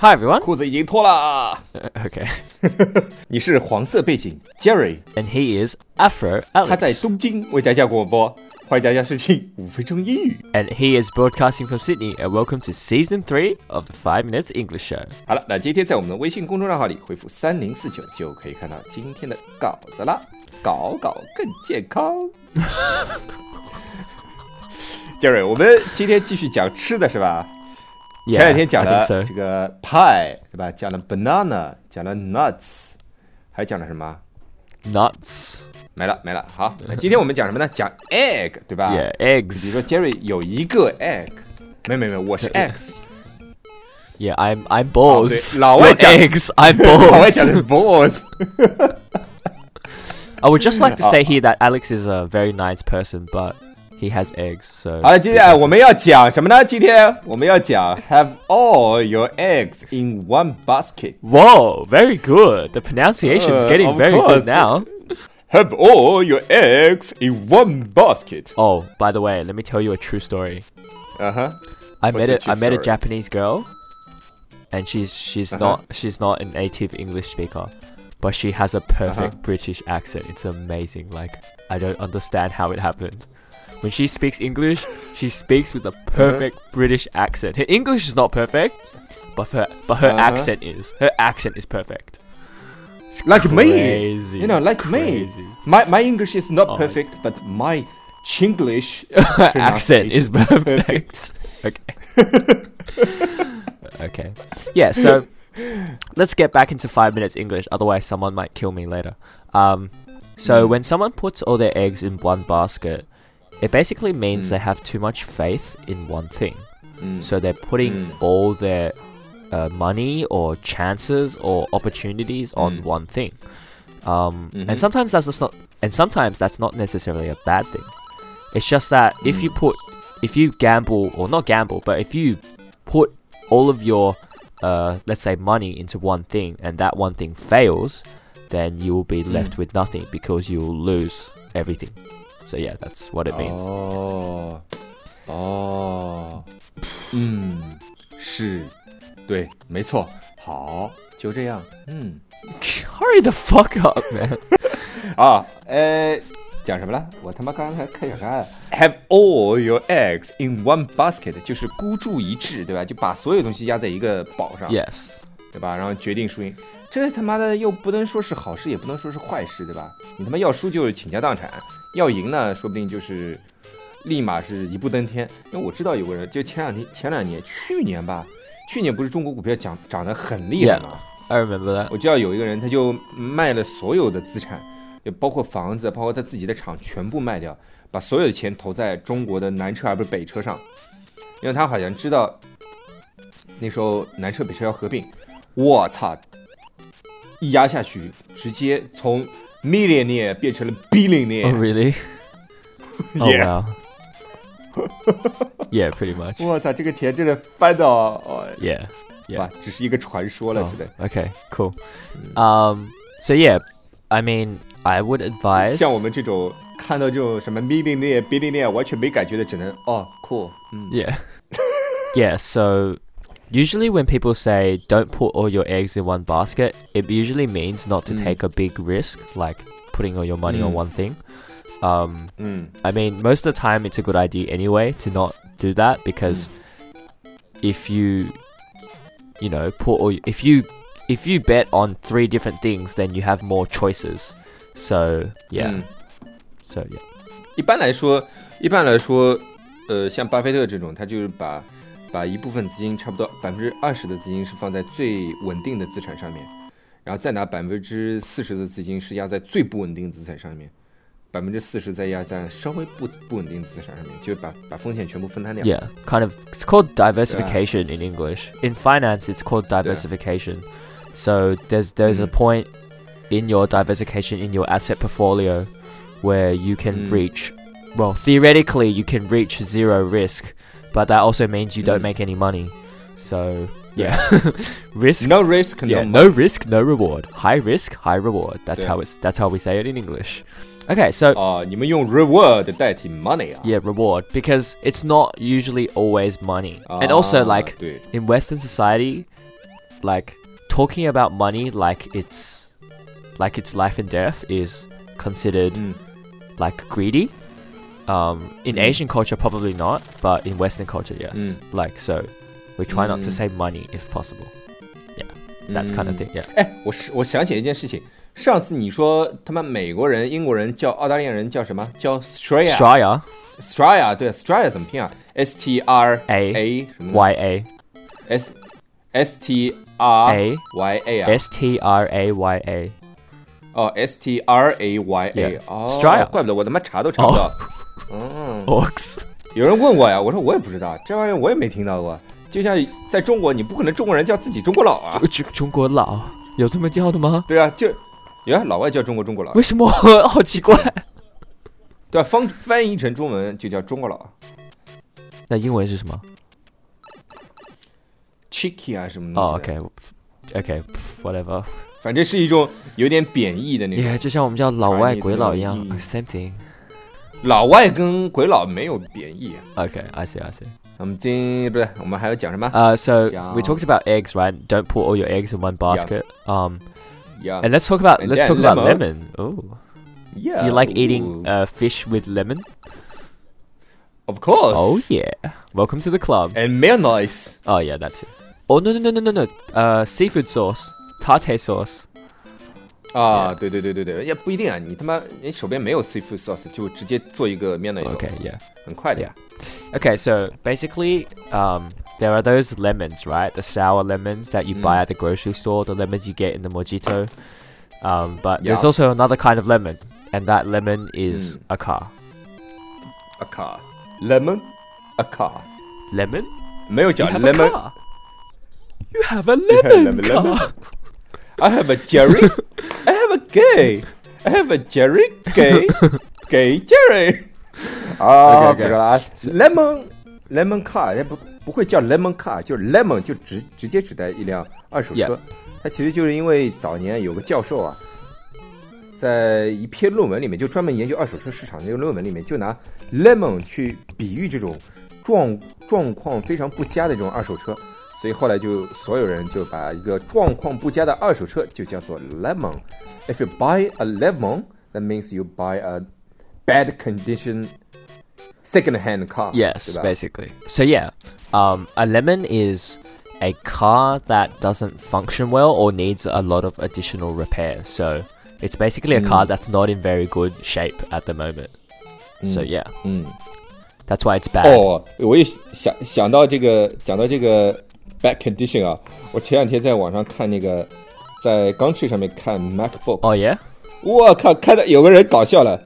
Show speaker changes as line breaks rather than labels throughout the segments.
Hi everyone.
裤子已经脱了。
Okay.
你是黄色背景 Jerry，
And he is Afro
他在
Alex.
东京为大家广播，欢迎大家收听五分钟英语。
And he is broadcasting from Sydney. And welcome to Season Three of the Five Minutes English Show.
好了，那今天在我们的微信公众账号里回复三零四九，就可以看到今天的稿子啦。搞搞更健康。 杰瑞，我们今天继续讲吃的是吧？
Yeah,
前两天讲
I
了
think
这
so.
个 pie 对吧？讲了 banana，讲了 nuts，还讲了什么？
Uh, Nuts.
没了没了。好，那今天我们讲什么呢？讲 egg 对吧
Yeah,
比如
eggs.
说 Jerry 有一个 egg，没有没有没有，我是 X，
Yeah, I'm I'm
对
balls.
老外
Not
讲
eggs. I'm
老外讲
balls.
的是 boss。
I would just like to
好。
say here that Alex is a very nice person, but he has eggs. So.
好了，今天啊我们要讲什么呢？今天我们要讲 Have all your eggs in one basket。
Whoa, very good. The pronunciation is
Uh,
getting
of
very
course.
good now.
Have all your eggs in one basket。Uh-huh.
Oh, by the way, let me tell you a true story.
嗯哼，
I
What's
met
the
a,
true
I met a
story?
Japanese girl, and she's she's
Uh-huh.
not she's not a native English speaker, but she has a perfect
Uh-huh.
British accent. It's amazing. Like I don't understand how it happened. When she speaks English, she speaks with a
Uh-huh.
perfect British accent. Her English is not perfect, but her but her
Uh-huh.
accent is. Her accent is perfect. It's
Like me.
crazy.
You know,
it's
like me.
crazy.
My my English is not
Oh.
perfect, but my Chinglish
Her accent is
pronunciation
perfect. okay. okay. Yeah, so let's get back into five minutes English, otherwise, someone might kill me later. Um, so, when someone puts all their eggs in one basket, it basically means
Mm.
they have too much faith in one thing.
嗯
So, they're putting
Mm.
all their uh, money or chances or opportunities on
Mm.
one thing. Um,
Mhm.
And sometimes that's just not, and sometimes that's not necessarily a bad thing. It's just that if you put, if you gamble or not gamble, but if you put all of your, uh, let's say money into one thing, and that one thing fails, then you will be left with nothing because you will lose everything. So yeah, that's what it means.
Oh. 哦哦，嗯，Oh. Mm. 是，对，没错，好，就这样，嗯。
Hurry the fuck up, man.
啊，呃，讲什么了？我他妈刚才啊看小啥了？Have all your eggs in one basket，就是孤注一掷，对吧？就把所有东西压在一个宝上
yes.
对吧？然后决定输赢。这他妈的又不能说是好事，也不能说是坏事，对吧？你他妈要输就是倾家荡产，要赢呢，说不定就是立马是一步登天。因为我知道有个人，就前两天、前两年、去年吧，去年不是中国股票涨涨得很厉害
Yeah.
吗
I remember that.
我知道有一个人，他就卖了所有的资产，就包括房子，包括他自己的厂，全部卖掉，把所有的钱投在中国的南车而不是北车上，因为他好像知道那时候南车北车要合并。我操！一压下去，直接从 millionaire 变成了
Oh
billionaire。
really? Oh
Yeah.
wow. yeah, pretty much.
我操，这个钱真的翻到哦，
Yeah.
哇，只是一个传说了，
Oh,
现在。
okay, cool. Um, so yeah, I mean, I would advise.
像我们这种看到这种什么 millionaire、billionaire 完全没感觉的，只能哦，cool，嗯
Yeah. yeah. So usually when people say don't put all your eggs in one basket, it usually means not to
Mm.
take a big risk, like putting all your money on
Mm.
one thing. Um,
嗯
I mean, most of the time it's a good idea anyway to not do that because if you, you know, put all, if you if you bet on three different things, then you have more choices. So yeah,
嗯
so yeah,
一般来说，一般来说，呃，像巴菲特这种，他就是把把一部分资金，差不多百分之二十的资金是放在最稳定的资产上面，然后再拿百分之四十的资金是压在最不稳定资产上面，百分之四十再压在稍微不不稳定资产上面，就把把风险全部分摊掉。
Yeah, kind of. It's called diversification in English. In finance, it's called diversification. So there's there's a
Mm.
point in your diversification in your asset portfolio where you can
Mm.
reach, well, theoretically you can reach zero risk, but that also means you don't
Mm.
make any money. So yeah, risk.
No risk, no
yeah,
money.
no risk, no reward. High risk, high reward. That's
Yeah. Oh.
how it's that's how we say it in English. Okay, so
啊，你们用 reward 代替 money 啊。
yeah, reward because it's not usually always money. and also
啊
like
对
in Western society, like talking about money like it's like it's life and death is considered
嗯
like greedy. Um, in
Mm.
Asian culture, probably not, but in Western culture, yes.
Mm.
Like so, we try not to
Mm.
say money if possible. That's kind of
嗯
thing. Yeah.
哎，我是我想起了一件事情，上次你说他们美国人、英国人叫澳大利亚人叫什么？叫 Straya。
Straya,
Straya 对，Straya 怎么拼啊？S T R A 什么
Y A
S S T R
A
Y A 啊？
S T R A Y A.
哦，S T R A Y A
Yeah，
哦
Straya 哦
怪不得我他妈查都查不到。嗯，
Orcs.
有人问我呀，我说我也不知道，这玩意儿我也没听到过。就像在中国，你不可能中国人叫自己中国佬啊，
中中国佬有这么叫的吗？
对啊，就，呀，老外叫中国中国佬，
为什么？好奇怪。
对啊，翻翻译成中文就叫中国佬啊
那英文是什么？哦、
，chicky 啊什么东西的
o k OK whatever。
反正是一种有点贬义的那种。
Yeah，就像我们叫老外鬼佬一样
传译
，same thing。
老外跟鬼佬没有贬义。
Okay, I see, I see.
我们今不是我们还要讲什么？
Uh, so we
讲-
talked about eggs, right? Don't put all your eggs in one basket. Um,
呀
and let's talk about
And
let's
then
talk about lemon.
lemon.
Oh,
yeah,
do you like eating uh, fish with lemon?
Of course.
Oh yeah. Welcome to the club.
And mayonnaise.
Oh yeah, that too. Oh no no no no no no. Uh, seafood sauce, tartar sauce.
啊，对对对对对，也不一定啊。你他妈你手边没有 seafood sauce，就直接做一个 mayonnaise sauce。
Okay, yeah.
很快的呀。
Okay, so basically, um, there are those lemons, right? The sour lemons that you buy
Mm.
at the grocery store, the lemons you get in the mojito. Um, but there's
Yeah.
also another kind of lemon, and that lemon is
Mm.
a car.
A car, lemon, a car，
Lemon?
没有
You
讲
have a
lemon。
car. You have a
lemon
lemon car.
lemon. I have a Jerry. I have a gay. I have a Jerry gay. gay Jerry. 啊，
OK，OK
不知道啊，lemon lemon car，它不不会叫 lemon car，就是 lemon 就直直接指代一辆二手
Yeah
车。它其实就是因为早年有个教授啊，在一篇论文里面就专门研究二手车市场那个论文里面，就拿 lemon 去比喻这种状状况非常不佳的这种二手车，所以后来就所有人就把一个状况不佳的二手车就叫做 lemon。If you buy a lemon, that means you buy a bad condition second-hand car.
Yes,
对吧
basically. So yeah, um, a lemon is a car that doesn't function well or needs a lot of additional repair. So it's basically a car
Mm.
that's not in very good shape at the moment. So
嗯
yeah,
嗯。
that's why it's bad.
哦，我也想想到这个，讲到这个 bad condition 啊，我前两天在网上看那个，在 g u n t r y 上面看 MacBook，
Oh yeah.
我靠，看到有个人搞笑了。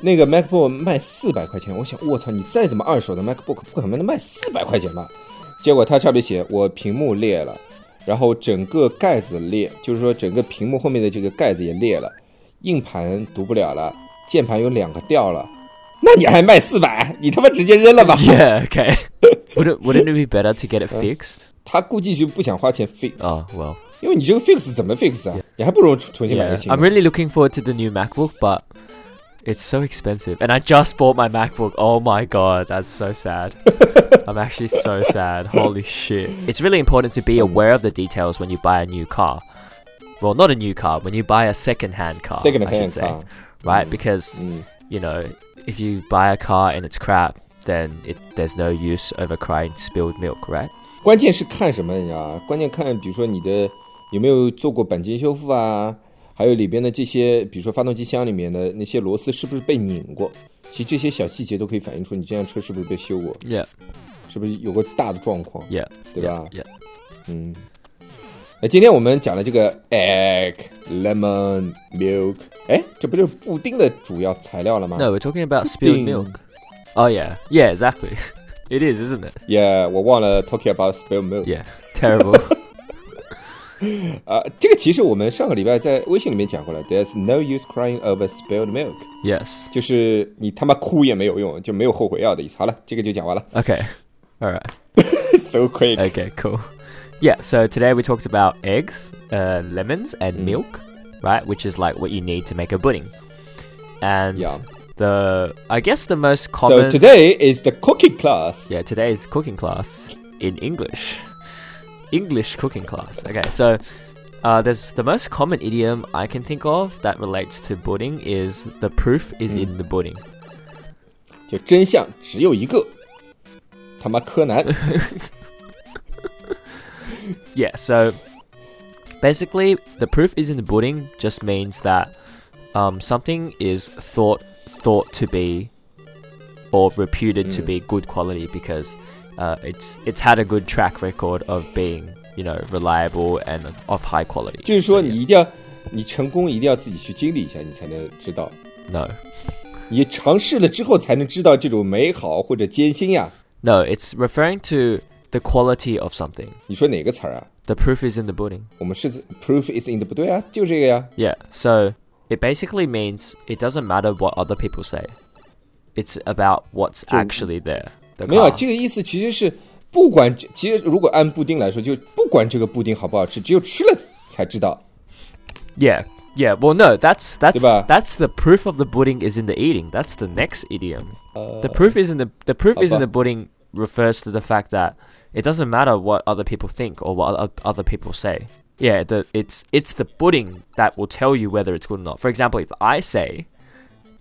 那个 MacBook 卖四百块钱，我想我操，你再怎么二手的 MacBook 不可能卖四百块钱吧？结果它上面写我屏幕裂了，然后整个盖子裂，就是说整个屏幕后面的这个盖子也裂了，硬盘读不了了，键盘有两个掉了，那你还卖四百？你他妈直接 扔了吧！
Yeah. Okay. wouldn't Wouldn't it be better to get it fixed?
他估计是不想花钱 fix，、
Oh well.
因为你这个 fix 怎么 fix 啊？你还不如重新买个
Yeah.
新的。
I'm really looking forward to the new MacBook, but it's so expensive, and I just bought my MacBook. Oh my god, that's so sad. I'm actually so sad. Holy shit! It's really important to be aware of the details when you buy a new car. Well, not a new car. When you buy a second-hand car,
啊
Mm.
second
Oh， I should
hand
say,
car，
right? Because
嗯
you know, if you buy a car and it's crap, then it, there's no use over crying spilled milk, right?
关键是看什么，你知道吧？关键看，比如说你的有没有做过钣金修复啊，还有里边的这些，比如说发动机箱里面的那些螺丝是不是被拧过？其实这些小细节都可以反映出你这辆车是不是被修过，
Yeah,
是不是有个大的状况，
yeah,
对吧？
yeah.
嗯，那今天我们讲的这个 egg lemon milk，哎，这不就是布丁的主要材料了吗
No, we're talking about spilled
Pudding.
milk. Oh yeah, yeah, exactly. it is, isn't it?
Yeah，我忘了 talking about spilled milk。
Yeah, terrible.
啊、这个其实我们上个礼拜在微信里面讲过了。There's no use crying over spilled milk，
yes.
就是你他妈哭也没有用，就没有后悔药的意思。好了，这个就讲完了。
Okay. All right.
So quick，、
Okay. Cool. Yeah. So today we talked about eggs, uh, lemons, and
Mm.
milk, right? Which is like what you need to make a pudding. And
Yeah.
the I guess the most
So
common.
today is the cooking class.
Yeah, today's cooking class in English. English cooking class. Okay, so uh, there's the most common idiom I can think of that relates to pudding is the proof is in the pudding.
就真相只有一个，他妈柯南。
Yeah, so basically, the proof is in the pudding just means that um, something is thought thought to be or reputed to
Mm.
be good quality because uh, it's it's had a good track record of being you know reliable and of high quality.
就是
So, yeah.
说你一定要，你成功一定要自己去经历一下，你才能知道。
No.
你尝试了之后，才能知道这种美好或者艰辛呀。
No, it's referring to the quality of something.
你说哪个词儿啊？
The proof is in the pudding.
我们是 proof is in the 不对啊，就这个呀。
Yeah, so it basically means it doesn't matter what other people say. It's about what's actually there. The
没有，
car.
这个意思其实是不管这，其实如果按布丁来说，就不管这个布丁好不好吃，只有吃了才知道。
Yeah, yeah. Well, no, that's that's
Diba?
that's the proof of the pudding is in the eating. That's the next idiom. the proof is in the the proof is in
apa?
the pudding refers to the fact that it doesn't matter what other people think or what oth- other people say. Yeah, the it's it's the pudding that will tell you whether it's good or not. For example, if I say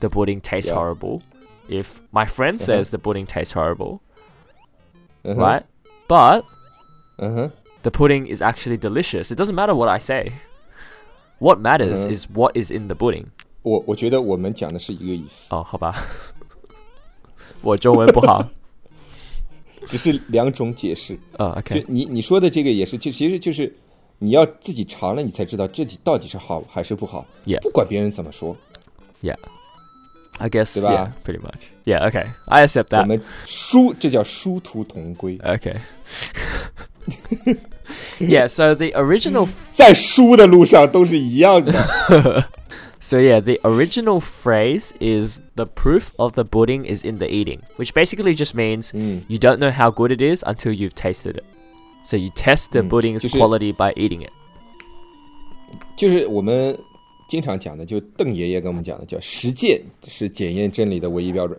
the pudding tastes
Yeah.
horrible, if my friend says the pudding tastes horrible,
嗯哼
right? But
嗯哼，
the pudding is actually delicious. It doesn't matter what I say. What matters
Mhm.
is what is in the pudding.
我我觉得我们讲的是一个意思，
哦，好吧， 我中文不 好。
只是两种解释。
呃
就
，OK，
你你说的这个也是，就其实就是你要自己尝了，你才知道这底到底是好还是不好。
Yeah.
不管别人怎么说，
I guess
对吧
yeah, pretty much. Yeah, okay. I accept
我
that.
们殊这叫殊途同归，
Okay. yeah, so the original
在输的路上都是一样的。
so yeah, the original phrase is the proof of the pudding is in the eating, which basically just means
嗯
you don't know how good it is until you've tasted it. So you test the
嗯
pudding's
就是
quality by eating it.
就是我们经常讲的，就邓爷爷跟我们讲的，叫实践是检验真理的唯一标准。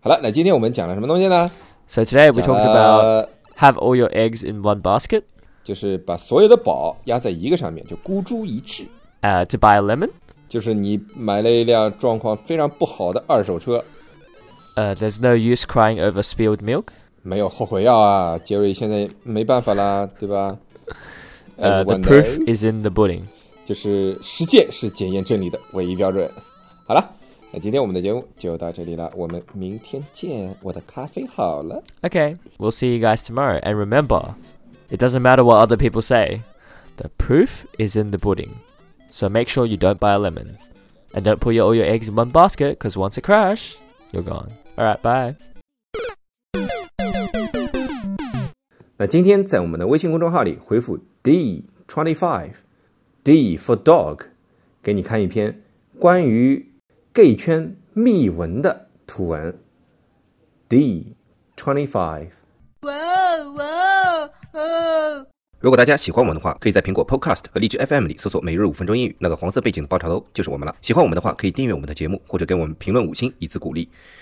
好了，那今天我们讲了什么东西呢？
So today we talked
讲
about
了
have all your eggs in one basket,
就是把所有的宝压在一个上面，就孤注一掷。
uh, to buy a lemon.
就是你买了一辆状况非常不好的二手车，
Uh, there's no use crying over spilled milk.
没有后悔药啊，杰瑞现在没办法啦，对吧？
Uh, the
Everyone
proof
knows
is in the pudding.
就是实践是检验真理的唯一标准。好了，那今天我们的节目就到这里了，我们明天见。我的咖啡好了，
Okay, we'll see you guys tomorrow. And remember, it doesn't matter what other people say, the proof is in the pudding. So make sure you don't buy a lemon. And don't put your, all your eggs in one basket, because once it crash, you're gone. Alright, bye.
那今天在我们的微信公众号里回复 D twenty five D for dog，给你看一篇关于 gay 圈密文的图文。D twenty five。
Whoa, whoa, oh. whoa.
如果大家喜欢我们的话，可以在苹果 Podcast 和荔枝 FM 里搜索“每日五分钟英语”，那个黄色背景的爆炒头就是我们了。喜欢我们的话，可以订阅我们的节目，或者给我们评论五星以资鼓励。